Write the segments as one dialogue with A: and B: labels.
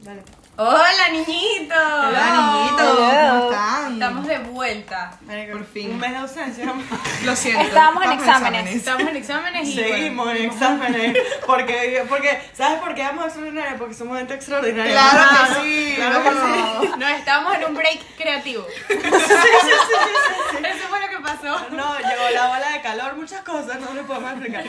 A: Dale.
B: ¡Hola, niñitos!
A: Hola, niñitos. ¿Cómo están?
B: Estamos de vuelta.
A: Marico,
C: Por fin.
A: Un mes de ausencia.
C: Lo siento.
D: Estábamos en exámenes.
B: Estamos en exámenes y.
A: Seguimos en exámenes. Porque, porque, ¿sabes por qué vamos a extraordinaria? Porque somos gente extraordinaria.
C: Claro que sí,
A: Claro que
C: no.
A: sí.
B: bueno, nos estamos en un break creativo. Eso fue lo que pasó.
A: No, llegó la ola de calor, muchas cosas, no lo podemos explicar.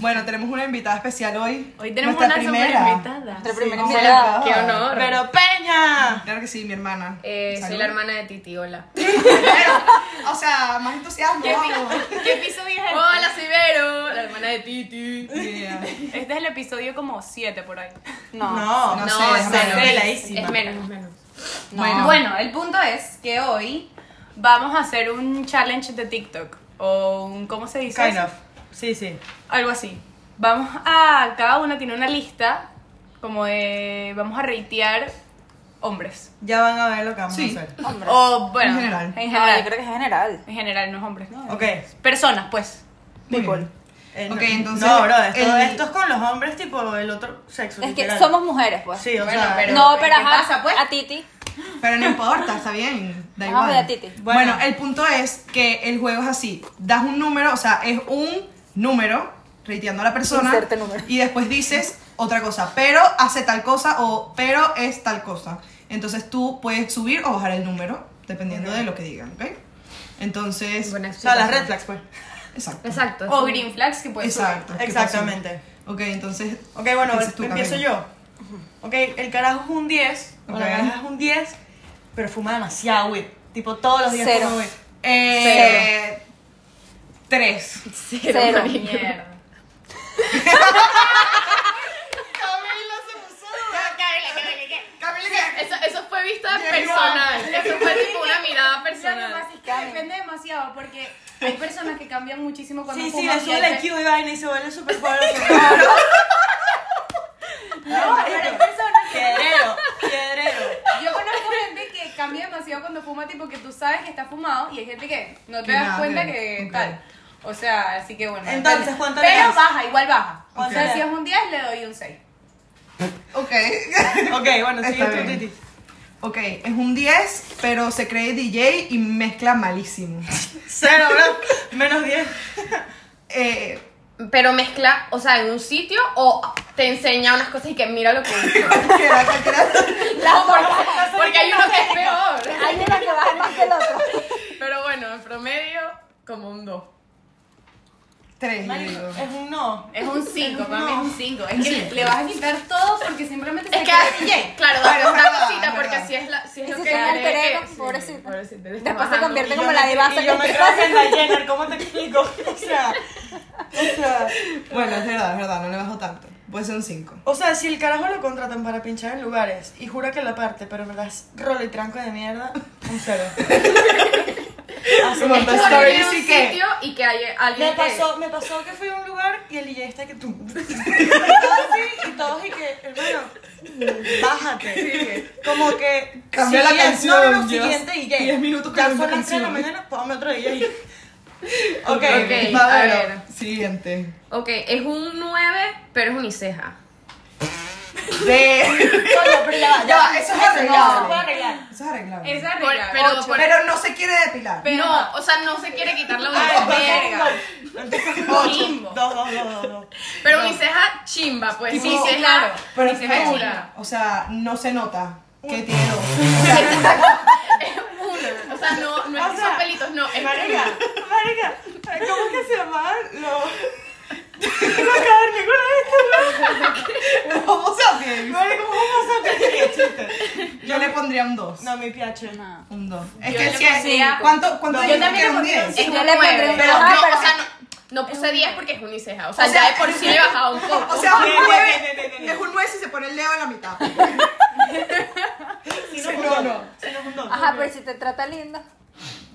C: Bueno, tenemos una invitada especial hoy.
B: Hoy tenemos
C: Nuestra
B: una
C: primera.
B: super invitada.
D: Nuestra
C: Sí,
D: primera invitada.
C: hola.
B: ¡Qué honor!
A: Pero Peña.
C: Claro que sí, mi hermana.
B: Eh, soy
C: Salud.
B: la hermana de Titi, hola.
C: O sea, más entusiasmo.
B: ¿Qué,
C: vamos.
B: epi- qué episodio es este? ¡Hola, Cibero! La hermana de Titi.
C: Yeah.
E: Este es el episodio como 7 por ahí.
D: No.
A: No,
C: No,
A: no,
C: sé, es
A: cero.
C: raro.
A: Reladísima.
B: Es menos, es menos.
E: Bueno.
C: Bueno.
E: bueno, el punto es que hoy vamos a hacer un challenge de TikTok o un ¿cómo se dice?
A: Kind
E: eso?
A: of. Sí, sí.
E: Algo así. Vamos a cada una tiene una lista como de vamos a reitear hombres.
A: Ya van a ver lo que vamos
C: Sí.
A: a hacer.
D: Hombre.
B: Oh,
E: O bueno,
C: En general.
E: En
D: No, yo
E: general,
D: creo que es general.
E: en general no es hombres, ¿no?
A: Ok.
E: Personas, pues.
C: Muy bien.
D: People.
A: Eh,
C: Ok,
A: no-
C: entonces,
A: No, bro, esto,
C: el-
A: esto es con los hombres, tipo el otro sexo.
D: Es que
A: literal.
D: somos mujeres, pues.
A: Sí, o
B: Bueno,
A: sea.
B: pero-
D: no, pero
B: ¿qué
D: ajá,
B: pasa, pues?
D: a Titi.
C: Pero no importa, está bien. Da
D: Vamos
C: igual.
D: a ver a Titi.
C: Bueno,
A: Bueno.
C: el punto es que el juego es así. Das un número, o sea, es un número, reiteando a la persona.
D: Inserte número.
C: Y después dices otra cosa. Pero hace tal cosa o pero es tal cosa. Entonces tú puedes subir o bajar el número, dependiendo de lo que digan, ¿ok? Entonces.
B: Buena
A: O sea, las red
B: explicación.
A: flags, pues.
C: Exacto.
B: Exacto.
E: O green flags que pueden subir.
C: Exacto. ¿qué pasó?
A: Exactamente.
C: Ok, entonces.
A: Ok, bueno,
C: Empiezas tú,
A: empiezo
C: Karen.
A: yo. Ok, el carajo es un 10. o
C: Ok.
A: La caraja es un 10, pero fuma demasiado weed. Tipo, todos los días
D: Cero.
A: fuma weed.
C: Eh, Tres.
D: Cero.
B: Mierda. Eso, eso fue vista personal. Eso fue tipo una mirada personal.
E: es que depende demasiado porque hay personas que cambian muchísimo cuando
A: Sí, sí,
E: fuman
A: le
E: y
A: sube
E: hay
A: el IQ y vaina y se vuelve súper poderoso.
E: No, pero hay personas que.
A: piedrero, piedrero.
E: Yo conozco gente que cambia demasiado cuando fuma, tipo que tú sabes que está fumado y hay gente que no te
C: Que
E: das
C: nada,
E: cuenta
C: que-
E: que
C: ok.
E: tal. O sea, así que bueno.
A: Entonces,
E: depende.
A: ¿cuánto le
E: Pero
A: das?
E: baja, igual baja.
A: ¿Cuánto
E: O sea,
A: le
E: si es
A: das?
E: un 10, le doy un 6.
C: Ok.
A: Ok, bueno, sigue
C: Está
A: tú,
C: bien.
A: Titi.
C: Ok, es un 10, pero se cree DJ y mezcla malísimo.
A: Cero, bro. Menos 10.
C: Eh,
B: Pero mezcla, o sea, en un sitio o te enseña unas cosas y que mira lo que hizo.
C: ¿qué era? ¿Qué era?
B: Porque hay uno que es peor.
D: Hay una que baja más que el otro.
B: Pero bueno, en promedio, como un 2.
C: Tres, yo digo.
A: Es un no.
E: Es un 5, para mí es un 5. Es que le vas a quitar todo porque simplemente se
B: Es que,
E: queda
C: Claro,
B: claro, da
C: es
B: una
C: verdad,
B: cosita
C: es
B: porque
C: verdad.
B: si es, la, si es
D: Y
B: lo
D: si
B: que
D: se
B: haré
D: altera,
B: que-
D: no,
B: sí,
D: pobrecita.
B: pobrecita, le está
D: Después se
B: bajando.
D: convierte
A: Y
D: como
A: yo
D: la
A: me-
D: de Baza
A: y
D: que
A: Yo me
D: empezó
A: creo
D: a
A: en la Jenner, ¿cómo te explico? O sea, o sea,
C: Bueno, es verdad, es verdad, no le bajo tanto. Puede ser un 5.
A: o sea, si el carajo lo contratan para pinchar en lugares y jura que lo parte, pero en verdad es rolo y tranco de mierda, un cero. Así
C: Como
A: me
C: tú
B: Es
A: pasó.
B: horrible
C: Story,
B: un
C: sí que-
B: sitio y que hay alguien
A: Me
B: que-
A: pasó, me pasó que fui a un lugar y el DJ está que tú. Y todos así, y todos y que, hermano, bájate. Como que.
C: Cambió la
A: siguiente-
C: canción,
A: No, no, no,
C: llevas
A: siguiente DJ.
C: 10 minutos
A: Ya
C: cambiando
A: son las 3 de la
C: canción.
A: mañana, ponme otro DJ. Ok,
B: Ok.
C: Va,
B: a
C: bueno,
B: ver.
C: Siguiente.
B: Ok, es un 9, pero es uniceja.
C: De...
A: Coño, pero ya va, ya
C: Ya,
A: va.
C: va, eso es
A: No, se puede
C: arreglable.
A: arreglar.
C: Eso es arreglable.
E: Esa
B: Por-
E: regla.
B: pero-
E: ocho.
B: por-
C: Pero no se quiere depilar.
E: Pero-
B: No, o sea, no se quiere quitar la
E: Ay,
B: verga.
A: Entonces,
E: Chimbo.
A: ocho. Dos, dos, dos, dos, dos.
B: Pero uniceja chimba, pues.
C: Tipo-
B: Sí, sí, claro.
E: claro.
C: Pero es
B: uniceja
C: feo.
B: chula.
C: O sea, no se nota que tiene dos.
B: Uno. O sea, no, no es
A: O
B: que
A: sea,
B: son pelitos, no. Es
A: Marica, marica, ¿cómo que se llamaban los...? No acabo de ver ninguna de estas,
C: Homo sapiens.
A: Marica, ¿cómo vas a tener chiste?
C: Yo le pondría un 2.
A: No, mi piacho.
C: Un 2. Es
B: Yo
C: que
B: le
C: si es-
B: pondría-
C: ¿Cuánto, cuánto
E: Yo
C: dijiste
E: también
C: que
E: le
C: era un
E: pondría un
C: 10?
B: Es
D: Yo
B: un
D: le pondré
B: 9,
D: un
B: pero
D: ajá,
B: no,
D: pero-
B: o sea, no, no puse 10 porque es uniceja. O sea, ya de por sí he bajado un poco.
C: O sea, es
A: Bien, bien,
C: un 9.
A: bien, bien, bien, bien.
C: Es un 9 si se pone el dedo en la mitad.
A: Si
C: Sí,
A: juntó,
C: no, no.
A: si no juntó.
D: Ajá, pero si te trata lindo.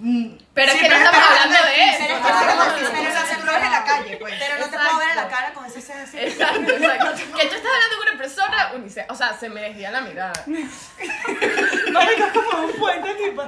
C: Mm,
B: Pero es
C: sí,
B: que no
C: pero
B: estamos
C: está
B: hablando de
C: Pero
B: eso.
C: está hablando de físico, o sea, si tú lo ves en la calle, pues.
A: Pero no te
B: Exacto.
A: puedo ver a la cara con ese ser así.
B: Exacto, exacto. Que tú estás hablando con una persona uniceja. O sea, se me desvía la mirada.
A: Marica, es como un puente, tipo.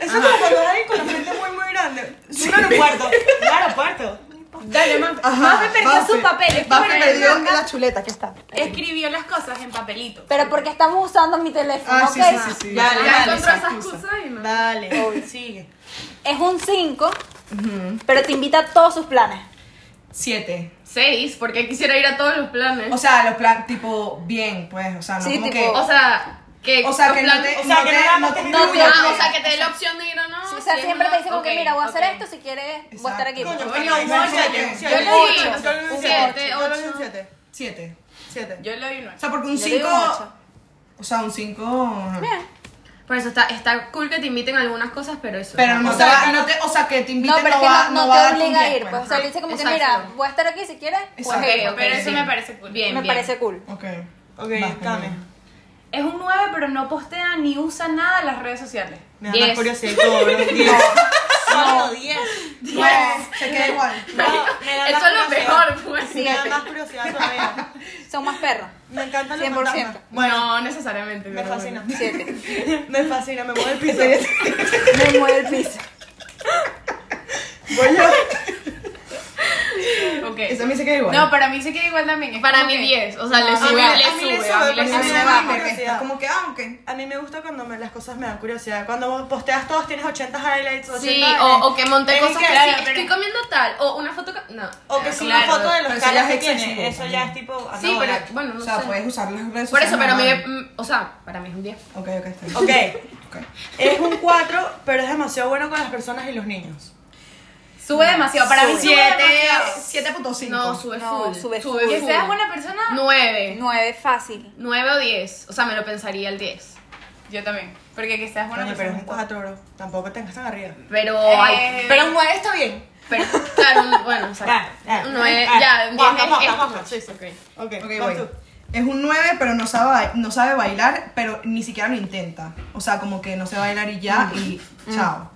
A: Eso es como cuando hay con la frente muy, muy grande. Es un aeropuerto. Un aeropuerto.
E: Dale, más.
C: Ajá,
B: Mafe perdió
C: Mafe.
B: su papel, es
C: Mafe
B: pobre
C: perdió
B: Hernanda.
C: la chuleta, aquí está.
E: Escribió las cosas en papelito.
D: Pero porque estamos usando mi teléfono,
C: Ah,
D: ¿ok?
C: sí, sí, sí, sí.
A: Ya,
B: Ya
A: dale,
B: encontró esa
C: excusa.
B: excusa y no.
A: Dale, sigue.
D: Es un 5, pero te invita a todos sus planes.
C: Siete.
B: Seis, porque quisiera ir a todos los planes.
C: O sea, los plan, tipo, bien, pues, o sea, no
D: Sí,
C: como
D: tipo-
C: que...
B: O sea, que.
C: O sea,
B: los
C: que no
B: planes-
C: te...
A: o sea, que no- no te-
D: no te-
B: Ah,
C: incluya-
B: o sea, que te dé la opción de ir o no.
D: o sea,
B: si Ah, es
D: siempre
B: una-
D: te dicen como
B: ok,
D: que mira, voy a hacer
B: ok.
D: esto, si quieres, voy a estar aquí.
A: Coño,
B: Oye,
A: no, yo
C: ocho,
A: siete,
C: yo
A: siete.
B: le di
A: Yo
B: ocho,
A: le di
B: un
A: siete,
B: siete,
A: yo le di
B: ocho.
A: siete.
C: Siete.
A: Siete.
E: Yo le doy un
C: O
E: 8.
C: sea, porque un
D: Yo le digo
C: cinco...
D: un ocho.
C: O sea, un cinco...
D: Bien.
B: Por eso está, está cool que te inviten a algunas cosas, pero eso.
C: Pero no,
B: o
C: te
B: sea,
C: va- no te, o sea, que te
D: No,
C: inviten no,
D: pero es que
C: va,
D: no,
C: no
D: no
C: va a
D: te
C: dar con
D: obliga a
C: qué,
D: ir.
C: pues.
D: Pues, o sea, le dice como que,
B: Exacto.
D: mira, voy a estar aquí si quieres, pues
C: Exacto.
D: ven.
B: ok,
E: Pero eso
B: sí.
E: me parece cool.
B: Bien,
D: Me
B: bien.
D: parece cool.
C: Ok.
A: Ok,
C: Vas,
A: Cami.
C: Camila.
E: Es un 9, pero no postea ni usa nada en las redes sociales.
A: Me da más
B: Diez.
A: curiosidad y todo, bro. Diez. Solo diez.
C: Bueno, se queda igual.
A: No, me da
B: Eso
A: más
B: es lo
A: curiosidad.
B: mejor, pues.
A: Me da más curiosidad todavía.
D: Son más perros.
A: Me encantan los
D: 100%.
A: fantasmas. Bueno,
E: Bueno, no necesariamente.
A: me
E: pero
A: fascina.
D: Siete.
A: Me fascina, me mueve el piso.
D: Me mueve el piso.
A: Voy yo.
E: bueno. Ok.
C: Esa a mí se queda igual.
E: No, para mí se queda igual también. es
B: Para
E: como
B: mí
E: que-
B: 10, o sea, le
E: No,
B: sube,
E: a mí-
B: le
E: a mí le sube,
B: sube, a mí le
E: porque
C: a mí
A: sí
C: me
B: sube.
A: me da
C: va, porque
A: curiosidad.
C: está como que, ah, ok.
A: A mí me gusta cuando me- las cosas me dan curiosidad. Cuando vos posteas todos tienes 80 highlights, 80
B: Sí, o, o que monte
A: Es
B: cosas
A: que-
B: que
A: claro,
B: sí,
A: pero-
B: estoy comiendo tal, o una foto que... No.
A: O que
B: Ah,
A: sí,
B: claro.
A: una foto de los
C: Pero eso
A: caras
C: ya
A: que
C: es
A: tiene.
C: excesivo,
A: Eso
C: también.
A: ya es tipo. ah,
B: Sí,
A: no,
B: pero
A: la-
B: bueno, no
C: O sea, pues,
B: sé.
C: puedes usar las redes
B: Por eso, pero a mí,
C: me...
B: mm, o sea, para mí es un 10.
C: Ok, ok, está bien.
A: Ok,
C: Ok.
A: es un 4, pero es demasiado bueno con las personas y los niños.
E: Sube demasiado. Para mí sube demasiado.
C: 7.5.
B: No, sube
D: No,
B: full.
D: sube full.
E: Que seas buena persona,
B: 9.
D: Nueve, fácil.
B: 9 o 10, o sea, me lo pensaría el 10.
E: yo también. Porque que seas buena
A: Coño, pero es un
E: persona.
A: 4, bro. Tampoco te tan arriba.
B: Pero
E: Eh,
B: hay...
A: Pero un 9 está bien.
B: Pero, claro, un- bueno, o sea,
A: Ah, ah,
B: no es,
A: ah,
B: ya, un 10
A: moja,
B: es-
A: moja,
B: es
A: moja.
B: mucho, sí, sí,
A: Ok,
C: Ok,
A: vas
C: voy.
A: tú.
C: Es un 9, pero no sabe, ba- no sabe bailar, pero ni siquiera lo intenta. O sea, como que no sé bailar y ya, y chao.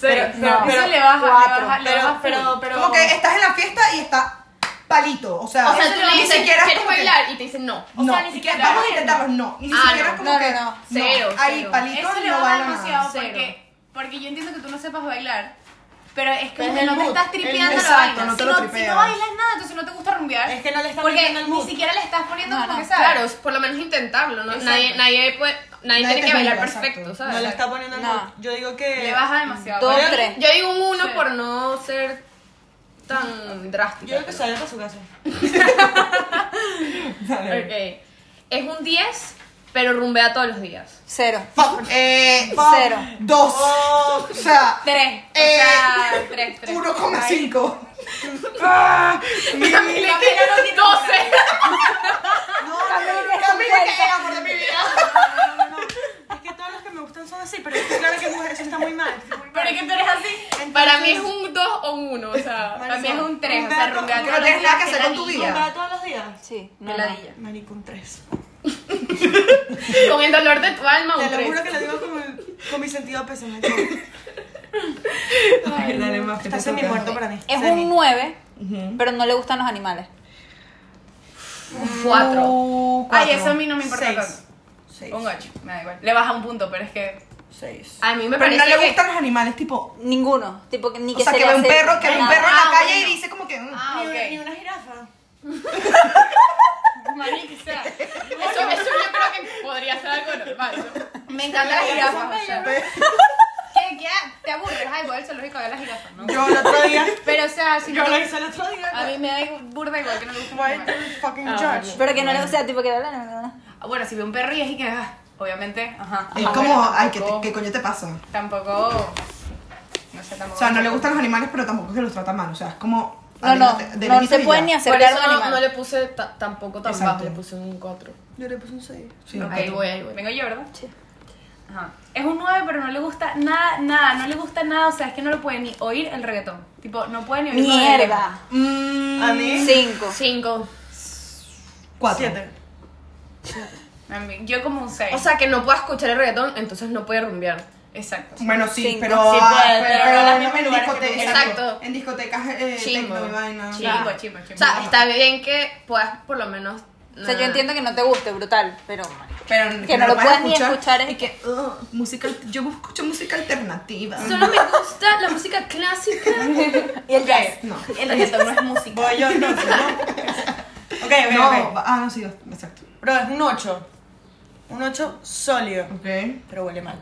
E: Pero,
A: Pero-
E: pero,
A: no,
E: eso
A: pero
E: le baja, le
D: cuatro.
E: baja, le
A: Pero,
E: baja full.
A: pero, pero.
C: Como que estás en la fiesta y está palito. O sea,
B: O sea, tú le
C: ni
B: dices,
C: siquiera es
B: ¿quieres
C: como que-
B: bailar? Y te dicen no.
C: no,
E: sea, ni
C: y que
E: siquiera-
C: vamos a intentarlo, no. Ni
B: Ah,
C: siquiera
B: no.
C: como
D: No,
C: que.
D: no, no.
B: Cero,
C: Ahí
B: cero.
C: palito
E: Eso le
C: no
E: baja
C: baila
E: demasiado
C: nada.
B: Cero.
E: porque, porque yo entiendo que tú no sepas bailar, pero es que
A: Pero
E: como
A: es
E: que
A: el
E: no te
A: mood,
E: estás
A: el-
E: tripeando la
C: exacto,
E: vaina.
C: no te
E: si,
C: lo
E: no, si
C: tripeas.
E: no bailas nada, entonces no te gusta rumbear.
A: Es que no le estás
E: Porque
A: metiendo el
E: ni
A: mood.
E: siquiera le estás poniendo
D: No,
E: como
D: no.
E: que sabes.
B: Claro, por lo menos intentarlo, ¿no?
E: Exacto.
B: Nadie, nadie puede, nadie,
C: Nadie
B: tiene
C: te
B: que bailar
C: juzga, exacto.
B: perfecto,
A: No le
B: ¿sabes?
A: está poniendo el
D: No.
A: mood. Yo digo que.
E: Le baja demasiado.
D: Dos,
A: Yo-
D: tres.
B: Yo digo un 1
E: Sí.
B: por no ser tan drástico.
A: Yo digo que se vaya para su casa.
C: Dale.
B: Ok. Es un 10, pero rumbea todos los días.
D: Cero.
C: Eh,
D: Cero.
C: dos.
A: Oh,
C: O sea,
E: Tres. O
C: Eh,
E: sea, tres, tres.
C: 1,5. Ah, mi vida.
E: Camila no tiene
B: 12.
C: No,
D: Camila,
C: Camila, que
D: suelta.
C: el amor de mi vida.
A: no, no, no. Es que todos los que me gustan son así, pero estoy claro que mujer, eso está muy mal.
E: Pero es que tú eres así.
B: Para mí es un 2 o un 1, o sea.
E: Para mí es un tres. O sea,
A: Humberto,
E: rumbear
A: que
E: todos los
C: no tienes nada
E: días,
C: que hacer con tu
E: peladilla.
C: vida.
A: ¿Rumbea todos los días?
D: Sí. No, no.
B: Peladilla.
A: Marico, un 3.
B: Con el dolor de tu
E: Ah,
B: alma, un
A: Te lo juro
B: 3.
A: que lo digo con, con mi sentido pésame.
C: Dale, más que
A: Está semi muerto para mí.
D: Es
A: Semi.
D: un nueve,
C: Ujú.
D: pero no le gustan los animales.
B: 4.
E: Ay, eso a mí no me importa
A: Seis.
E: tanto. Un 8, me da igual. Le baja un punto, pero es que.
C: 6.
B: A mí me
C: Pero
B: parece
C: no le
B: que...
C: gustan los animales, tipo.
D: Ninguno. Tipo, que- ni
C: O
D: que
C: sea,
D: se
C: que
D: le
C: ve un
D: acerque.
C: perro, que ve un
D: Nada.
C: perro en
E: Ah,
C: la calle y
E: bueno.
C: dice como que. mm.
E: Ah,
A: Ni, una, ni
E: ok.
A: una jirafa.
E: Marica, o sea,
B: Eso, eso yo creo que podría ser algo normal. ¿no?
E: Me encanta las jirafas. o sea.
C: Ve.
E: ¿Qué, qué? ¿Te aburres? Ay, voy al zoológico a ver las jirafas, ¿no?
A: Yo el otro día.
E: Pero, o sea, si
A: Yo
E: no.
A: lo hice el otro día.
E: A mí me da igual- burda igual que no me gusta.
A: Why
C: Ah,
A: do you fucking judge?
D: Pero que no le gusta, tipo, que hablan.
E: Bueno, si veo un perro y es y que. ah, obviamente, ajá.
C: Es
E: ajá,
C: como,
E: Ah, bueno,
C: ay, ¿qué, te-
E: tampoco-
C: qué coño te pasa?
E: Tampoco. No sé, tampoco.
C: O sea, no le gustan los animales, pero tampoco es que los trata mal. O sea, es como.
D: No, no.
C: aléjate, de
D: No
C: lejito
D: se
C: y
D: pueden ni
C: ya.
B: Por
D: acercar a
B: eso
D: un
B: no, no
D: animal.
B: le puse ta- tampoco tan
C: Exacto.
B: bajo, le puse un 4.
A: Yo le puse un 6.
C: Sí,
B: Ahí
C: ok.
B: voy, ahí voy.
E: Vengo yo, ¿verdad?
D: Sí.
E: Ajá. Es un 9, pero no le gusta nada, nada, no le gusta nada, o sea, es que no lo puede ni oír el reggaetón. Tipo, no puede ni oír
D: Mierda.
C: Mm,
A: A mí.
D: Cinco.
B: 5.
C: Cuatro.
A: 7.
E: A mí- Yo como un 6.
B: O sea, que no pueda escuchar el reggaetón, entonces no puede rumbear.
E: exacto.
C: Bueno, sí,
D: Cinco.
C: pero.
A: Sí,
C: ah,
A: puede, pero no en los
C: no
A: mismos
C: en
A: lugares que
C: discotecas.
A: tú.
B: Exacto.
C: En discotecas, eh,
B: Chimbo.
C: techno y vaina.
B: Chimbo.
E: Chimbo, chimbo, chimbo.
B: O sea, está bien que puedas por lo menos
D: O sea, yo entiendo que no te guste, brutal, pero...
C: Pero
D: Que no lo
C: puedas
D: puedas ni escuchar es-
C: Y que, "Ugh, música, al- yo escucho música alternativa.
B: Solo me gusta la música clásica.
D: Y el jazz.
C: No.
E: El reggaetón no es música.
A: Voy yo entonces, ¿no? Ok, ok,
C: No,
A: ok.
C: va- ah, no, sí, exacto.
A: Bro, es un 8. Un 8 sólido.
C: Ok.
A: Pero huele mal.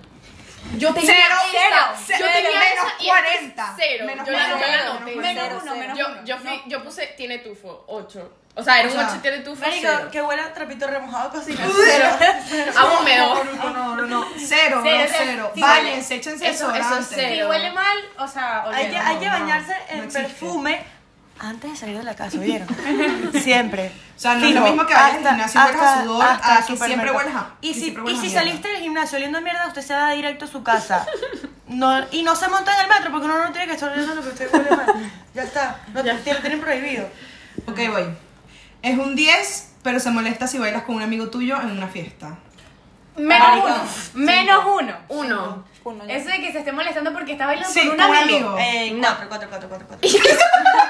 C: Yo
B: tenía esa,
C: cero,
B: yo tenía
C: menos
B: esa y esta es
C: 40.
B: cero.
C: Menos
B: Yo la
C: cuarenta,
B: anoté, la
C: menos
B: anoté.
C: cuarenta.
D: Menos uno, menos
B: Yo, yo, fui, yo puse tiene tufo, 8. O sea, era
C: O
B: un
C: sea,
B: 8 tiene tufo.
A: Marico,
B: cero.
A: que huele a trapito remojado cocina.
B: A húmedo.
C: No, no, no, no. Cero,
E: Cero,
C: no,
E: cero.
C: cero.
E: Sí,
C: Váyanse, échense
B: Eso- eso es
C: desodorante.
B: cero.
E: Si huele mal, o sea,
A: Hay que,
E: olvídalo.
A: hay que bañarse
C: no, no
A: en
C: existe.
A: perfume antes de salir de la casa, ¿vieron? Siempre.
C: O sea, no es lo
A: Fijo,
C: mismo que vayas al gimnasio y huelas a sudor
A: hasta
C: a
A: el
C: que siempre
A: supermercado.
C: hueles a-
A: Y
C: que
A: si,
C: siempre hueles
A: y
C: a
A: si
C: mierda.
A: saliste del gimnasio oliendo a mierda, usted se va directo a su casa. No, y no se monta en el metro porque uno no tiene que estar oliendo lo que usted huele mal. Ya está. No, Te lo tienen prohibido.
C: Ok, voy. Es un 10, pero se molesta si bailas con un amigo tuyo en una fiesta.
E: Menos
C: Marico,
E: uno. Menos uno.
B: Uno.
D: Uno, ya.
E: Eso de que se esté molestando porque está bailando
C: Sí,
E: con un
C: con un
E: amigo.
C: amigo.
A: Eh,
B: No.
A: 4, 4, 4, 4, 4.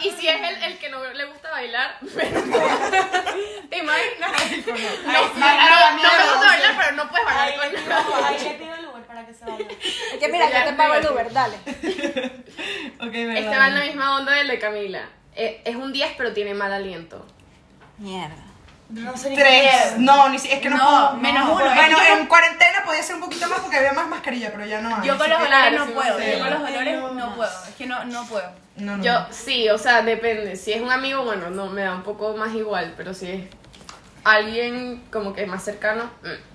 B: Y si es el, el que no le gusta bailar, pero
E: ¿Te imaginas?
B: no, no, no me gusta bailar, pero no puedes bailar con él.
A: Ahí le pido el Uber para que se vaya.
D: Es que mira, yo te pago el Uber, dale.
C: Ok, verdad.
B: Este va en la misma onda del de Camila. Eh, es un 10, pero tiene mal aliento.
D: Mierda.
A: No sé ni
C: Tres. No, ni si- es que no,
E: No,
C: puedo.
E: menos uno.
C: Bueno,
E: Es que yo-
C: en cuarentena podía ser un poquito más porque había más mascarilla, pero ya no hay.
E: Yo con los olores
B: sí, claro,
E: no
B: sí,
E: puedo.
C: sí.
E: Yo con los
A: Ay,
E: olores
A: no.
E: no puedo. Es que no, no puedo.
C: No, no.
B: Yo, sí, o sea, depende. Si es un amigo, bueno, no, me da un poco más igual, pero si es alguien como que más cercano, mm.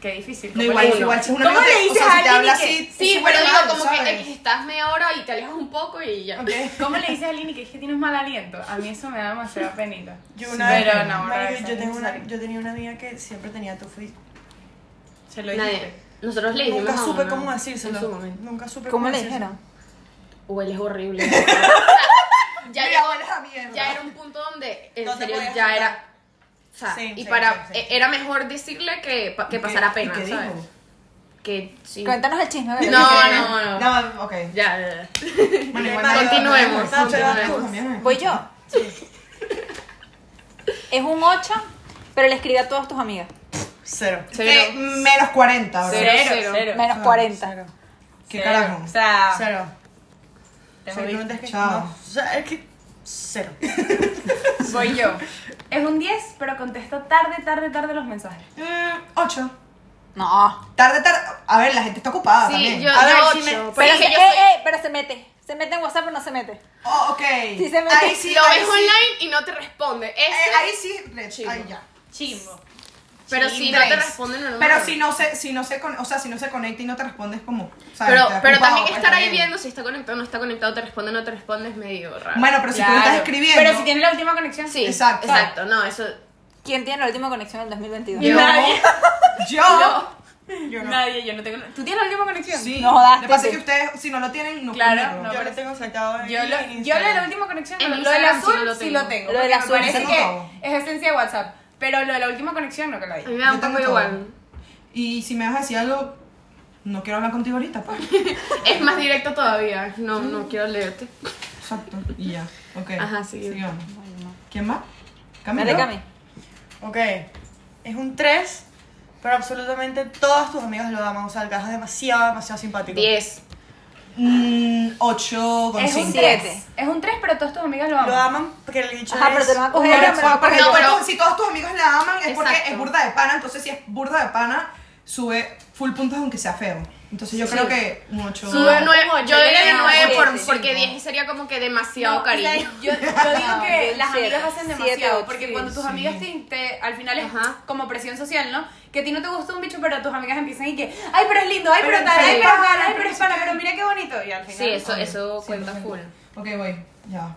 E: Qué difícil.
C: No,
E: ¿cómo
C: igual,
E: le digo?
C: igual, si es un
E: ¿Cómo
C: amigo
E: le
C: te, o
E: dices
C: sea,
E: a
C: si te
E: alguien
C: habla
E: que-
C: así,
B: Sí,
C: súper
B: pero digo,
C: mal,
B: como que
C: ¿sabes?
B: eh, estás media hora y te alejas un poco y ya.
E: ¿Cómo le dices a Lini que es que tienes mal aliento? A mí eso me da demasiada penita.
A: Yo
C: Sí,
A: una vez,
E: pero no,
A: marico,
E: no,
A: yo,
E: eso
A: tengo
E: no
A: una,
E: sale.
A: yo tenía una amiga que siempre tenía tufo y
E: Se lo
B: Nadie.
E: dijiste.
B: Nosotros le dijimos.
A: nunca
B: a
A: supe
B: una-
A: cómo
B: en su
A: decírselo.
B: momento.
A: Nunca supe
D: ¿Cómo le
A: decírselo.
D: dijeron?
B: Hueles horrible. O sea, ya,
C: Mira,
B: llegó-
C: hueles a mierda.
B: ya era un punto donde en
A: No te
B: serio
A: podías
B: ya
A: sentar.
B: era. O sea,
A: Sí,
B: y
A: sí,
B: para
A: sí, sí.
B: e- era mejor decirle que, pa-
C: ¿Y
B: que
C: qué-
B: pasara
C: y
B: pena,
C: qué
B: ¿sabes?
C: dijo?
B: Que sí.
D: Cuéntanos el chisme, bebé.
B: No,
C: Ok.
B: no, no.
C: No, ok.
B: Ya, ya, ya.
C: Bueno, igual
A: Vale, vale,
B: Continuemos,
A: vale.
B: continuemos.
A: Tú también.
C: También.
D: Voy yo. Es un 8, pero le escribe a todas tus amigas.
A: Cero.
C: Eh,
B: Cero.
C: menos 40, bro.
B: Cero,
E: Cero,
B: cero.
D: Menos 40.
A: Cero.
C: ¿Qué
E: Cero.
C: carajo?
E: O sea,
D: Ah,
A: Cero.
E: te
A: O sea,
E: jodiste.
A: no te- es que-
C: Chao.
A: no, o sea, es que cero.
E: Voy yo. Es un 10, pero contesto tarde, tarde, tarde los mensajes.
C: 8.
D: No.
C: Tarde, tarde. A ver, la gente está ocupada
B: Sí,
C: también.
B: yo,
A: A ver,
B: yo
A: si me-
B: ocho,
D: Pero,
B: pero es
D: se,
B: que yo
D: eh,
B: soy-
D: eh, pero se mete. Se mete en WhatsApp, pero no se mete.
C: Oh, ok.
D: Sí, se me-
C: ahí sí,
B: lo
C: ahí
B: ves
C: sí.
B: online y no te responde.
C: Eh,
B: Ese-
C: ahí sí, red.
B: Chivo.
C: Ahí ya.
E: Chimbo.
B: pero
C: sí,
B: si no te
C: tres.
B: responde normal.
C: Pero si no se, si no se, con- o sea, si no se conecta y no te respondes como, ¿sabes?
B: Pero,
C: Está
B: pero
C: ocupado,
B: también estar
C: está
B: ahí
C: bien.
B: viendo si está conectado o no está conectado, te responde o no te responde es medio raro.
C: Bueno, pero si tú lo estás escribiendo.
E: Pero si tiene la última conexión,
B: sí,
C: exacto.
B: exacto. Exacto, no, eso.
D: ¿Quién tiene la última conexión del 2022?
E: Yo. Nadie.
C: Yo.
A: Yo no.
E: Nadie, yo no tengo. ¿Tú tienes la última conexión?
C: Sí.
D: No jodas,
C: Lo que pasa es
D: Titi.
C: que ustedes, si no lo tienen, no
E: Claro,
C: pueden verlo.
E: no.
A: Yo lo tengo sacado en
E: Yo lo, yo lo de
A: Instagram.
E: la última conexión,
B: En
E: no, lo del
B: Instagram sí
E: azul
B: no lo
E: sí
B: tengo.
E: lo tengo.
D: Lo del
E: porque
D: azul,
E: me parece
C: ese no.
E: que es esencia de WhatsApp. Pero lo de la última conexión no que lo
B: A mí
E: hay.
B: me da
C: Yo
B: un
C: tengo
B: poco
C: todo.
B: igual.
C: Y si me vas a decir algo, no quiero hablar contigo ahorita, pues.
B: Es más directo todavía. No, no quiero leerte.
C: Exacto. Y ya. Ok.
B: Ajá, sí.
C: Sigamos.
D: Ay, no.
C: ¿Quién va? Camilo.
D: Dale, Cami.
A: Ok. Es un 3, pero absolutamente todos tus amigos lo aman. O sea, el gajo es demasiado, demasiado simpático.
B: 10.
C: Mm, 8 con
E: Es un
C: 5.
D: siete.
E: 3. Es un 3, pero todas tus amigas lo
A: Lo
E: aman.
A: aman porque el dicho
D: Ajá, pero
A: es...
D: te lo van a coger.
C: Pero,
D: me lo van a
C: por
D: coger.
C: ejemplo,
B: pero-
C: todos- si todos tus amigos la aman es porque
B: Exacto.
C: es burda de pana, entonces si es burda de pana, sube full puntos aunque sea feo. Entonces yo
B: Sí.
C: creo que un 8.
B: Sube
E: un
B: nueve-
E: ocho,
B: Yo
E: yo
B: diría
E: le doy un
B: 9
C: siete.
B: porque 10 sería como que demasiado
E: No, o sea,
B: cariño.
E: yo, yo digo
D: No,
E: que
D: yo
E: las
D: siete,
E: amigas hacen
D: siete,
E: demasiado.
D: ocho,
E: porque
D: sí,
E: cuando tus
C: sí.
E: amigas te, te- al final es
B: Ajá.
E: como presión social, ¿no? Que a ti no te gusta un bicho, pero tus amigas empiezan y que, ay, pero es lindo, ay, pero,
C: Pero
E: tal,
C: sí.
E: ay, pero es pana, ay,
C: Pero
E: pero es
C: sí
E: pana,
C: que-
E: pero mira qué bonito. Y al final.
B: Sí, eso,
C: Obvio,
B: eso
C: sí,
B: cuenta
C: lo sé.
B: full.
C: Ok, voy. Ya.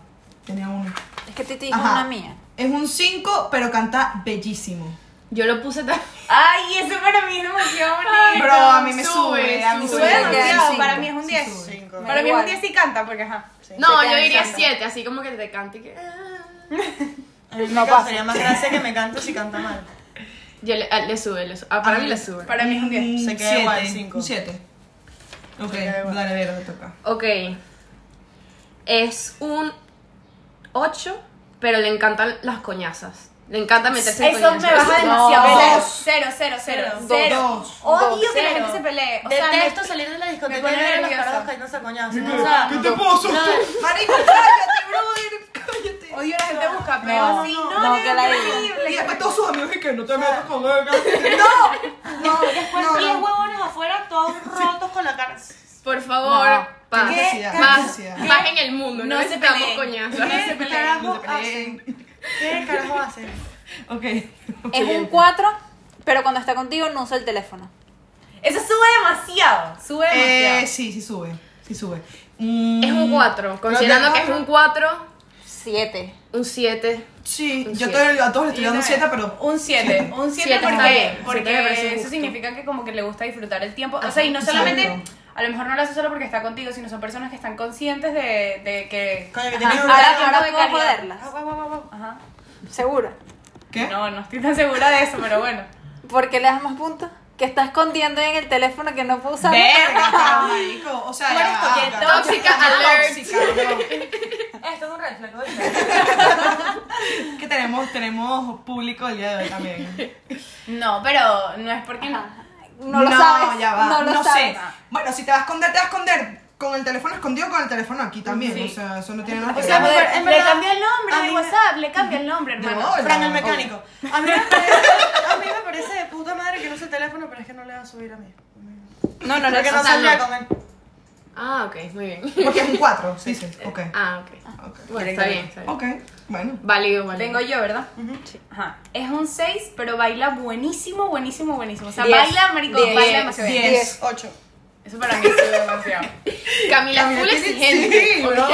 C: Tenía uno.
D: Es que Titi dijo
C: Ajá.
D: una mía.
C: Es un 5, pero canta bellísimo.
B: Yo lo puse también.
E: Ay, eso para mí es demasiado bonito.
C: Bro, a mí me sube,
B: sube,
C: a mí me
B: sube.
E: Sube
C: sube.
E: demasiado,
D: sí,
E: para mí es un
C: sí,
E: 10.
C: sube.
A: Cinco.
E: Para mí es un
D: Igual.
E: 10 y canta, porque ajá.
B: No,
E: Se
B: yo
E: queda
B: diría
E: exacto.
B: 7, así como que te cante y que. ah.
A: A mí me
D: No
A: causaría más gracia que me cante si canta mal.
B: Yo le, ah, le sube, le sube. Ah, para mí le sube.
E: Para mí es un 10.
A: Se queda igual, cinco.
C: 7. Ok,
A: Se queda igual.
C: dale, ver, te toca.
B: Ok. Es un 8, pero le encantan las coñazas. Le encanta meterse en
F: Eso me
B: coñazas.
F: baja demasiado.
C: Dos.
F: Cero, cero, cero,
A: Dos.
F: cero.
C: Dos.
F: Odio
E: Dos,
F: que la
E: cero.
F: gente se pelee. O sea,
A: Detesto
F: no-
A: salir de la
E: me
A: discoteca y
E: pone
A: ver a los
E: nerviosa.
A: carajos cayéndose a coñazos. O sea,
C: ¿Qué te pasó?
A: no.
C: Marico, cállate, brother. Cállate.
E: Odio a la gente busca peo
D: No,
E: así.
D: no,
E: No,
D: no,
E: no,
D: que la
E: no.
D: diga.
C: Y después todos sus amigos y que no te metas con él. No, no,
F: Después
C: no,
F: 10
C: no.
F: huevones afuera, todos rotos con la cara.
B: Por favor, paz.
C: Qué necesidad, qué
B: Paz,
C: necesidad.
B: paz en el mundo. No,
F: No se
B: necesitamos
F: peleen.
B: coñazas.
A: ¿Qué
C: No
A: carajo
C: te
A: hacen?
C: peleen.
A: ¿Qué carajo hacen?
C: Ok.
D: Es un 4, pero cuando está contigo no usa el teléfono.
F: Eso sube demasiado. Sube demasiado.
C: Eh, sí, sí sube. Sí sube. Mm,
B: Es un 4. Considerando que es un 4,
D: 7.
B: un 7.
C: Sí,
B: Un
C: yo
B: siete.
C: todo- a todos le estoy dando
E: Yo
C: 7,
E: también.
C: pero.
E: Un 7. Un 7
B: Siete está bien,
E: porque,
B: siete me parece
E: porque
B: justo.
E: eso significa que como que le gusta disfrutar el tiempo. O sea, y no solamente,
C: exacto.
E: a lo mejor no lo hace solo porque está contigo, sino son personas que están conscientes de, de que...
A: Coño, que
D: Ajá,
A: tenía un
D: ahora
E: tiempo
D: ahora
E: de
D: puedo
E: calidad.
A: Ah,
D: joderlas.
A: guau, guau, guau, guau.
E: Ajá.
D: Seguro.
C: ¿Qué?
E: No, no estoy tan segura de eso, pero bueno.
D: ¿Por qué le das más puntos? Que está escondiendo en el teléfono que no puedo usar.
C: Verga, marico. O sea, ya va,
F: que
C: ya va.
B: Tóxica alert.
C: Tóxica, no.
F: Esto es un reflejo.
C: Que tenemos, tenemos público el día de hoy también.
E: No, pero no es porque...
D: Ajá. No lo sabes.
C: ya va.
D: No lo sabes.
C: sé. Bueno, si te vas a esconder, te vas a esconder con el teléfono escondido o con el teléfono aquí también. O sea, eso no tiene nada que
A: O
C: ver.
A: sea,
F: Le,
A: mujer, en
F: le
A: verdad,
F: cambió el nombre
A: a
F: de
A: mí me-
F: WhatsApp, le cambia el nombre,
C: De
F: hermano.
C: bola, Oh.
A: Fran el
C: obvio.
A: mecánico. A mí, me parece, a mí me parece de puta madre que no use el teléfono, pero es que no le va a subir a mí.
D: No, no, no.
A: Porque no
B: o sea,
A: saldría
B: no.
A: con él.
B: Ah, ok, muy bien.
C: Porque es un 4. Sí, sí. Ok.
B: Ah, ok.
C: Ok.
B: Bueno, está bien, está bien.
C: Ok. Bueno.
B: Válido, válido.
E: Vengo yo, ¿verdad? Ajá. Es un 6, pero baila buenísimo, buenísimo, buenísimo. O sea,
D: Diez.
E: baila, marico,
D: Diez.
E: baila demasiado bien.
D: Diez.
A: 8.
E: Eso para mí es demasiado.
C: Camila
B: Camila, full
C: tiene-
B: exigente.
C: sí,
B: ok.
C: bro.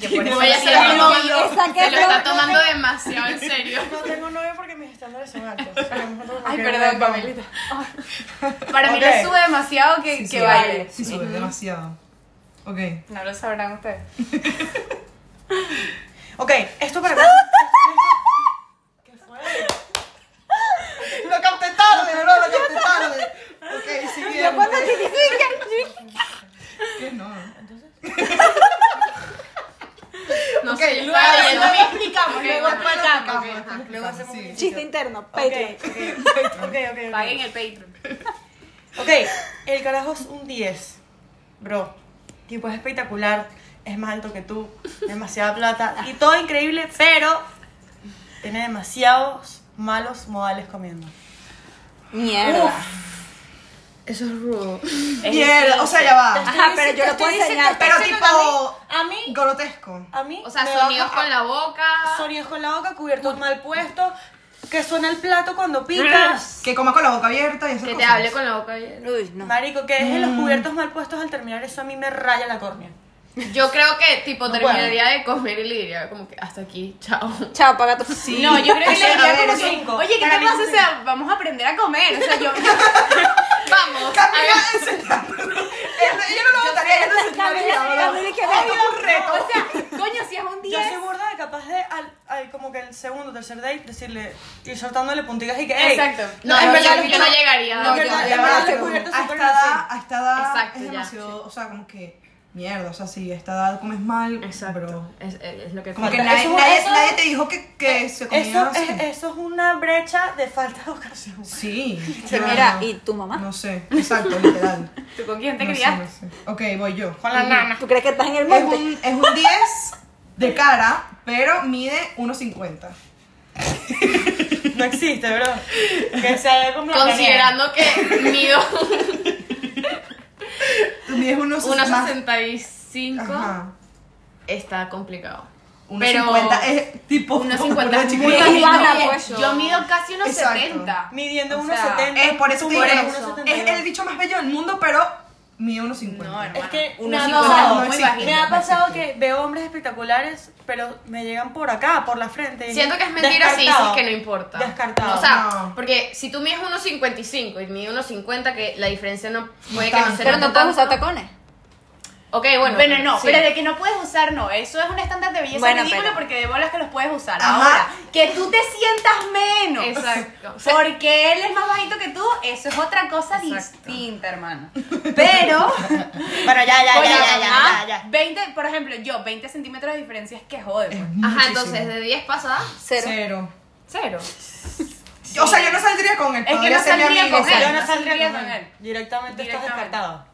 B: Que por eso ella se
D: Ay,
B: lo
D: no,
B: está tomando.
D: esa que
B: Se lo
D: es
B: está
D: lo-
B: tomando demasiado en serio.
A: No tengo novio porque mis estándares son altos.
E: Ay, perdón, Pamelita. Para mí
A: Ok.
E: le sube demasiado que, que
C: sube.
E: baile.
C: Sí, sube demasiado. Ok.
E: No lo sabrán ustedes.
A: Ok, esto para mí.
C: Lo capté tarde, no, lo capté tarde. Ok, siguiente. ¿Qué no?
B: No
C: Ok,
B: sé,
C: luego-
B: está bien,
F: Luego
B: está bien.
F: explicamos, luego
B: Ok,
F: explicamos.
B: ok, ajá.
A: Luego hacemos un
D: Chiste interno.
A: Ok,
D: Patreon.
A: ok, ok, ok, ok.
E: Paguen el Patreon.
A: Ok, el carajo es un 10. Bro, tipo es espectacular, es más alto que tú, demasiada plata y todo increíble, pero tiene demasiados malos modales comiendo.
D: Mierda.
B: Eso es rudo.
C: Mierda, o sea, ya va.
D: Ajá, pero yo lo puedo enseñar.
C: Pero
F: Estoy diciendo
C: tipo.
F: A mí,
C: Grotesco.
A: A mí,
B: O sea,
A: me
B: sonidos
A: baja-
B: con la boca.
A: sonidos con la boca, cubiertos mal puestos, que suena el plato cuando picas.
C: Que coma con la boca abierta y esas
B: Que te
C: cosas.
B: hable con la boca abierta.
D: Uy, no.
A: Marico, que dejen los
E: Mm.
A: cubiertos mal puestos al terminar eso a mí me raya la córnea.
B: Yo creo que tipo
A: No
B: terminaría de comer y le diría como que hasta aquí, chao.
D: Chao, paga tu. Sí.
E: No, yo creo que
A: Sí, a
E: le diría
A: ver,
E: como que,
A: cinco.
E: oye, ¿qué
A: Para
E: te
A: mí
E: pasa? O
A: sí.
E: sea, vamos a aprender a comer. O sea, yo, yo
B: Vamos.
C: Camila
B: haga-
C: enseñándolo. Ella ella Eh, no lo votaría, ella no se
D: Camila, que
C: Ay, es un reto.
E: o sea, coño, si es un
A: Yo
E: 10.
A: soy burda de capaz de, al, al- como que el segundo, tercer date, decirle, ir soltándole puntitas y que, "Ey,
E: Exacto.
B: No,
A: en
B: yo-
A: verdad,
B: yo,
A: lo que
B: no
A: no-
B: llegaría.
A: lo
B: yo
A: que no-
B: no
A: ya
B: llegaría.
A: va.
C: Además,
A: te
C: como
A: cubiertas
C: a
A: súper
C: esta edad,
A: así.
C: a esta edad
B: Exacto,
C: es
B: ya,
C: demasiado, o sea, como que mierda, o sea, si a esta edad comes mal,
B: Exacto.
C: bro.
B: Es, es- es lo que
C: Como que
A: Eso-
C: nadie,
A: eso-
C: nadie,
A: eso-
C: nadie te dijo que, que se comía
A: Eso
C: así.
A: es, eso es una brecha de falta de educación.
C: Sí. yo
D: Mira,
C: no-
D: ¿y tu mamá?
C: No sé, exacto, literal.
E: ¿Tú con quién te
C: No sé,
E: criaste?
C: no sé. Ok, voy yo.
A: Con la nana.
D: ¿Tú crees que estás en el
C: Es
D: monte?
C: un, es un 10 de cara, pero mide 1.50.
A: No existe, bro. Que se haga como
B: Considerando que mido
C: Tú mides 1.60.
B: 1,65
C: Ajá.
B: está complicado.
C: 1.50 es tipo
B: 1.50 es
C: chiquita.
B: muy
D: chiquita.
B: bajito.
D: Ivana, pues, yo-
E: Yo mido casi unos
C: Exacto.
E: 70.
A: Midiendo
E: O
A: 1,70.
E: sea,
C: Es por eso,
A: tú
C: te digo,
A: eres
C: es
A: 1,70.
C: el bicho más bello del mundo, pero mide 1.50.
E: No, hermano.
A: Es que
D: Uno
A: me ha
D: cincuenta
A: pasado,
C: no
A: muy
C: existe.
A: bajito. me ha pasado que veo hombres espectaculares, pero me llegan por acá, por la frente. y-
B: Siento que es mentira si dices
A: Descartado.
B: que no importa.
A: Descartado.
B: O sea,
C: No.
B: porque si tú mides 1.55 y mide 1.50, que la diferencia no puede que
C: tanto.
B: no sea
D: Pero no
B: tanto.
D: puedes usar tacones.
B: Ok, bueno.
E: Bueno, no,
B: sí.
E: pero de que no puedes usar, no. Eso es un estándar de belleza
D: Bueno,
E: ridículo
D: pero-
E: porque de bolas que los puedes usar.
C: Ajá.
E: Ahora, que tú te sientas menos.
B: Exacto.
E: Porque él es más bajito que tú, eso es otra cosa distinta, hermano. Pero,
A: Bueno, ya, ya,
E: coño,
A: ya, ya, ya,
B: ¿ah?
E: ajá,
A: ya, ya.
E: 20, por ejemplo, yo, 20 centímetros de diferencia es que jode. pues.
B: Ajá, entonces de 10 pasadas,
D: Cero.
C: Cero.
B: cero.
C: O sea, yo no saldría con él.
E: que
C: podría
E: no
C: ser mi
E: saldría
C: amiga,
E: con él.
C: exacto.
A: Yo no
E: no
A: saldría
E: saldría
A: con
E: con
A: él. Directamente estás
E: Directamente.
A: descartado.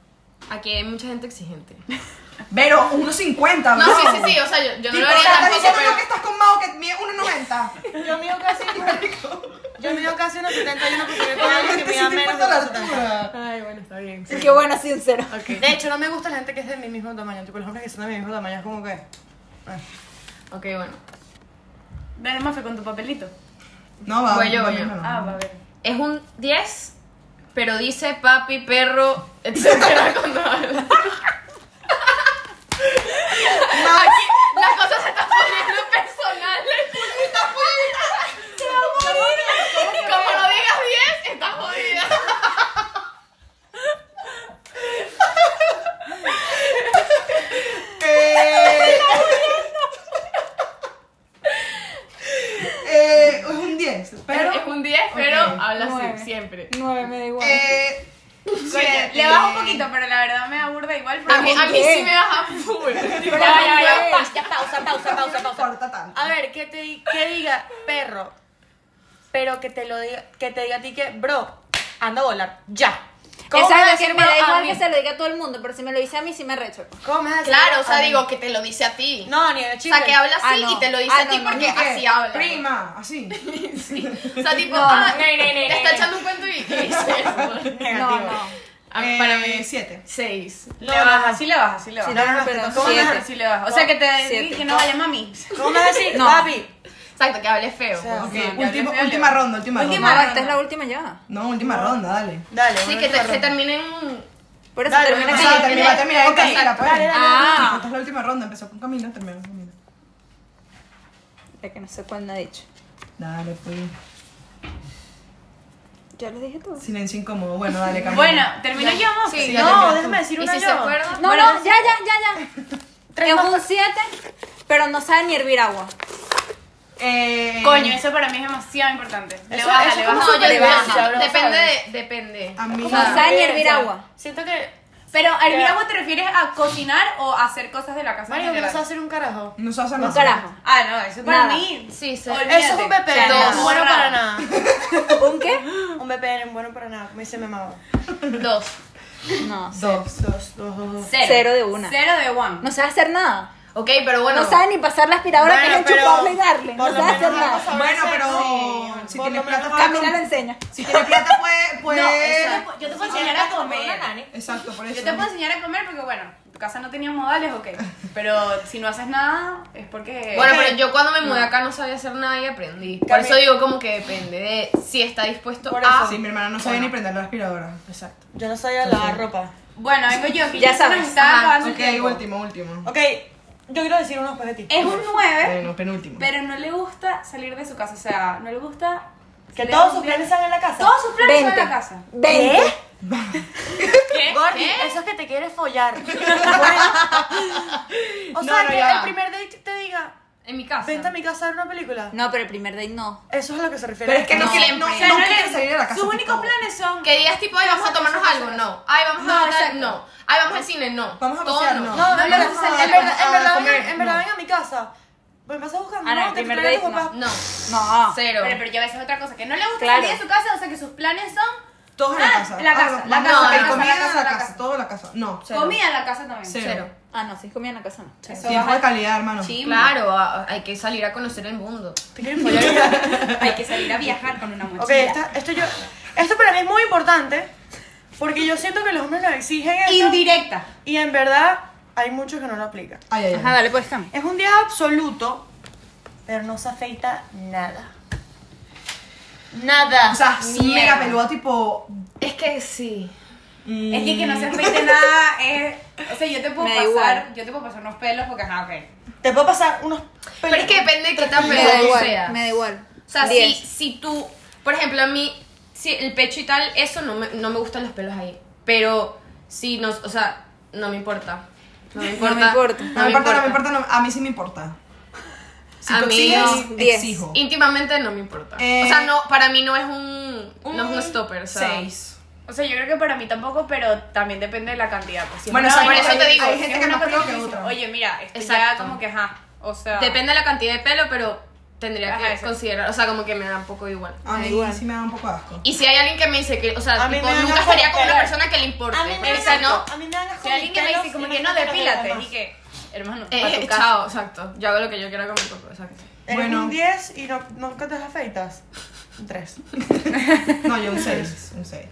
B: Aquí hay mucha gente exigente.
C: Pero 1.50,
B: No,
C: bro.
B: sí, sí, sí. O sea, yo, yo no
C: Tipo,
B: lo haría
C: estás
B: tampoco,
C: diciendo
B: pero.
C: que estás con Mao que mide 1.90.
A: Yo mido casi. yo mido casi unos 71 porque me con alguien que
C: Obviamente,
A: me
C: sí
A: da menos
C: te
A: de
C: importa la
A: 70.
C: altura.
B: Ay, bueno, está bien. sí.
D: Qué bueno, sí, un cero.
A: De hecho, no me gusta la gente que es de mi mismo tamaño. Tipo, los hombres que son de mi mismo tamaño es como que. ah.
B: Ok, bueno.
E: Dale, Mafe, con tu papelito.
C: No, va.
B: Voy yo,
C: va
B: voy yo.
C: bien,
E: Ah,
C: va.
E: va a ver.
B: Es un 10, pero dice papi, perro, etcétera cuando habla. Aquí las cosas se están poniendo personales. Y como no digas 10, estás jodida.
C: Eh, eh, es un 10, pero...
B: es un 10, pero
C: Ok,
B: habla así,
D: nueve.
B: siempre.
D: Nueve, me da igual.
C: Eh, siete.
E: Le bajo un poquito, pero la verdad me aburda igual.
B: A
E: porque-
B: mí, a mí
D: diez.
B: sí me baja full. Tipo,
A: Ya, ya, ya, pa- ya, pausa, pausa, pausa,
C: No
A: pausa.
C: importa tanto.
A: A ver, que te di- que diga perro, pero que te lo diga, que te diga a ti que, bro, anda a volar, ya. ¿Cómo
D: Esa
A: me vas a
D: es
A: decir
D: que me da
A: bro a
D: igual
A: mí?
D: que se lo diga a todo el mundo, pero si me lo dice a mí, sí me recho.
A: ¿Cómo me vas a decir
B: Claro,
A: bro
B: o sea,
A: a mí?
B: digo que te lo dice a ti.
A: No, ni de
B: O sea,
A: chiste.
B: que habla así
D: Ah, no.
B: y te lo dice
D: Ah,
B: a ti
D: no, no,
B: porque
C: ¿Qué?
B: así habla.
C: Prima, así.
B: O sea, tipo, ah, te está echando un cuento y y dice eso.
A: Negativo.
D: No, no.
B: Ah, Para mí,
C: 7.
B: seis.
E: Le baja, sí le baja, sí le
A: Sí,
E: baja.
A: no, no, no,
D: Pero
A: te- ¿cómo, me vas
D: siete.
A: a-
E: Sí le baja. O sea, que te
D: Siete.
E: dije que no vaya mami.
A: ¿Cómo me vas a decir?
D: No.
A: Papi.
B: Exacto, que hable feo.
A: sea,
B: pues.
C: Ok,
E: ya,
C: último-
E: ya, ya, ya.
C: última ronda, última
E: Última
C: ronda.
D: No,
E: ronda.
D: esta es la última ya.
C: No, última ronda, dale.
A: Dale.
B: Sí,
A: una
B: que te-
A: última
B: se
A: ronda.
B: terminen. en...
D: Por eso
A: Dale,
D: termina
A: me
C: O
D: aquí.
A: pasa-
C: sea, termina, termina en
A: Ok,
C: Camila, pues.
A: dale, dale,
C: Ah. Esta es la última ronda, empezó con Camila, terminó con Camila.
D: La que no sé cuándo ha dicho.
C: Dale, pues.
D: Ya lo dije todo.
C: Silencio incómodo. Bueno, dale, Camila.
E: Bueno, termino yo, Mafe.
B: Sí, ya
A: No,
B: terminó.
A: déjame decir
B: Y
A: una
B: si
A: yo.
B: se acuerdan,
D: No, no, ya, ya, ya, ya. Es un 7, pero no sabe ni hervir agua.
C: Eh,
E: Coño, eso para mí es demasiado importante. Le
A: Eso-
E: baja,
A: eso
E: le
A: como
E: baja.
B: no, yo
A: Súper
B: digo,
A: baja, bro,
B: depende,
A: ¿sabes?
B: de- depende.
C: A mí.
D: No sabe ni hervir agua.
A: Siento que.
E: Pero hervir
A: Ya.
E: agua te refieres a cocinar o a hacer cosas de la casa. en
A: Mario, que no
E: general?
A: sabes hacer un carajo.
C: No se hace
D: Un
C: más.
D: carajo.
E: Ah, no, eso para
D: Nada.
E: mí.
B: Sí, sí.
E: Olvídate.
A: Eso es un BPN.
B: Dos.
A: no, Bueno para nada.
D: ¿Un qué?
A: Un BPN, bueno para nada. Me dice me mama.
B: Dos.
D: No.
C: Dos.
A: Dos, dos, dos, dos.
E: Cero.
D: Cero de una.
E: Cero de one.
D: No sabe hacer nada.
B: Ok, pero bueno.
D: No sabe ni pasar la aspiradora,
A: Bueno,
D: que es
A: pero
D: enchufarle y darle. No
A: por lo
D: sabe hacer
A: menos vamos
D: nada.
A: a-
C: Bueno,
A: Sí,
C: pero
A: bueno,
C: si
A: por
C: tiene
A: lo menos
C: plata, puede
D: Camila le enseña.
C: Si tiene plata, puede. puede...
E: Yo te- Yo te puedo enseñar a comer.
C: Exacto, por eso.
E: Yo te puedo enseñar a comer porque, bueno, tu casa no tenía modales, ok. Pero si no haces nada, es porque.
B: Eh, Bueno, pero yo cuando me mudé acá no sabía hacer nada y aprendí. Por eso digo como que depende de si está dispuesto
A: Por
B: a...
A: eso.
C: Sí, mi hermana no sabía ni prender la aspiradora.
A: Exacto. Yo no sabía lavar ropa.
E: Bueno, vengo yo, que
D: Ya
E: ya se nos
D: sabes.
E: está
B: Ajá,
E: acabando el
C: Ok,
E: Ah, tiempo.
C: último, último.
A: Ok, yo quiero decir unos pues de ti.
E: Es un 9,
C: Bueno, penúltimo.
E: pero no le gusta salir de su casa. O sea, no le gusta.
A: Que
E: le
A: todos
E: gusta-
A: sus planes sean en la ¿Eh? casa.
E: Todos sus planes son en la
D: 20.
E: casa.
D: 20.
B: ¿Qué?
A: Gordi,
B: ¿Qué?
A: eso es que te quieres follar. Bueno. O
C: No,
A: sea,
C: no,
A: que
C: ya
A: el
C: va.
A: primer date te diga,
B: En mi casa.
A: vente a mi casa a ver una película.
D: No, pero el primer date no.
A: Eso es a lo que se refiere.
C: Pero es que no,
B: No,
C: quiere-
B: siempre.
C: no,
B: O
E: sea,
C: no
E: no le-
C: quiere salir de la casa.
E: Sus
C: tipo,
E: únicos planes son.
B: Que digas tipo, ay, vamos a tomarnos algo, no. Ay, vamos a hablar, no. Ay, vamos al cine, no.
C: Vamos a
B: Todo
C: pasear,
A: No,
C: no.
A: no, en verdad,
C: vamos a-
A: en verdad, en verdad,
C: a comer,
A: ven- en verdad, ven a mi casa. Pues Me pasas buscando.
D: Ah, no,
A: no, que
D: el
A: te
D: primer
A: traigan
D: date
A: tus papás.
B: No,
D: No.
B: cero.
E: Pero, pero yo a veces otra cosa, que no le gusta
D: Claro.
E: salir de su casa, o sea que sus planes son
C: Todos en la
E: Ah,
C: casa.
E: la
C: Ah,
E: casa, la
C: no,
E: casa,
C: no,
E: la
C: el
E: casa,
C: comida
E: la
C: es la
E: casa.
C: casa, todo en la casa. No, cero.
E: comida en la casa también.
B: Cero.
D: Ah, no, si es comida en la casa no.
E: Eso
C: Tiempo de
E: baja
C: calidad, hermano.
E: chimbo.
B: Claro, a- hay que salir a conocer el mundo.
A: Te quieren follar.
E: Hay que salir a viajar con una mochila.
A: Ok, esta- esto yo. Esto para mí es muy importante. Porque yo siento que los hombres nos exigen esto.
E: Indirecta.
A: Y en verdad, hay muchos que no lo aplican.
C: Ay, ay,
D: Ajá,
C: ay.
D: dale, pues, Cam.
A: Es un día absoluto, pero no se afeita nada. Nada.
C: O sea, sí,
B: Mierda.
C: mega peludo, tipo.
B: Es que sí.
C: mm,
E: Es que que no se afeite nada es... O sea, yo te puedo
D: Me da
E: pasar...
D: igual.
E: Yo te puedo pasar unos pelos porque, ajá, ok.
A: Te puedo pasar unos
B: Pero es que depende de qué tan
D: Me da
B: peludo
D: igual.
B: seas.
D: Me da igual.
B: O sea, si,
D: Diez.
B: si tú, por ejemplo, a mí, si el pecho y tal, eso no me, no me gustan los pelos ahí. Pero si no, o sea, no me importa. No me
D: No
B: importa.
D: me importa.
C: No me importa, no me importa, no- a mí sí me importa. Si
B: A
C: tú
B: mí,
C: exiges,
D: diez.
C: exijo.
B: Íntimamente no me importa.
C: Eh,
B: o sea, no, para mí no es un, no es un stopper. O sea,
C: Seis.
E: O sea, yo creo que para mí tampoco, pero también depende de la cantidad. Pues, si es
C: Bueno,
E: una
C: o sea,
E: vaina
B: por eso
E: que-
B: te digo,
E: ay,
B: hay
E: si
C: gente
E: es
C: que
E: una
C: más
E: vaina
C: pelo que
E: tú dices,
C: otra.
E: Oye, mira, esto ya
B: Exacto.
E: como que ajá. O sea,
B: Depende de la cantidad de pelo, pero tendría
E: Ajá,
B: que
E: eso.
B: considerar. O sea, como que me da un poco igual.
C: A mí
D: igual.
C: sí me da un poco de asco.
B: Y si hay alguien que me dice que, o sea,
A: A mí
B: tipo,
A: me dan
B: nunca
A: asco
B: estaría con
A: los
B: una
A: pelos.
B: persona que le importe.
A: A mí me
B: pero
A: dan
B: si no,
A: asco, a mí me dan asco
E: si alguien que me
A: mis
E: dice como
A: pelos y
E: que no,
A: me encantan los
E: depílate.
A: demás.
E: Y que, hermano, pa'
B: eh,
E: tu casa.
B: chao, exacto. Yo hago lo que yo quiera con mi cuerpo, exacto.
A: Eres
C: Bueno.
A: un 10 y no, nunca te afeitas. Un 3.
C: No, yo un 6. Un 6.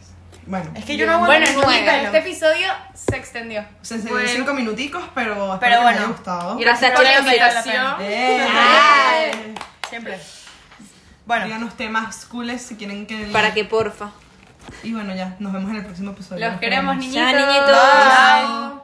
C: Bueno,
A: Es que yo no aguanto
E: Bueno,
A: ningún
E: nueve.
A: pelo.
E: Este episodio se extendió.
C: se se
B: Bueno.
C: 5 minuticos, pero espero
A: Pero
C: que les haya
A: bueno. Ah.
C: gustado.
D: Gracias,
B: Por la
D: chicos.
B: invitación.
C: Eh.
A: Siempre. Bueno,
C: Díganos temas cooles si quieren que...
D: Para que porfa.
C: Y bueno, ya, nos vemos en el próximo episodio.
E: Los queremos,
C: niños.
E: niñitos.
D: Chao, niñitos.
A: Bye.
E: Chao.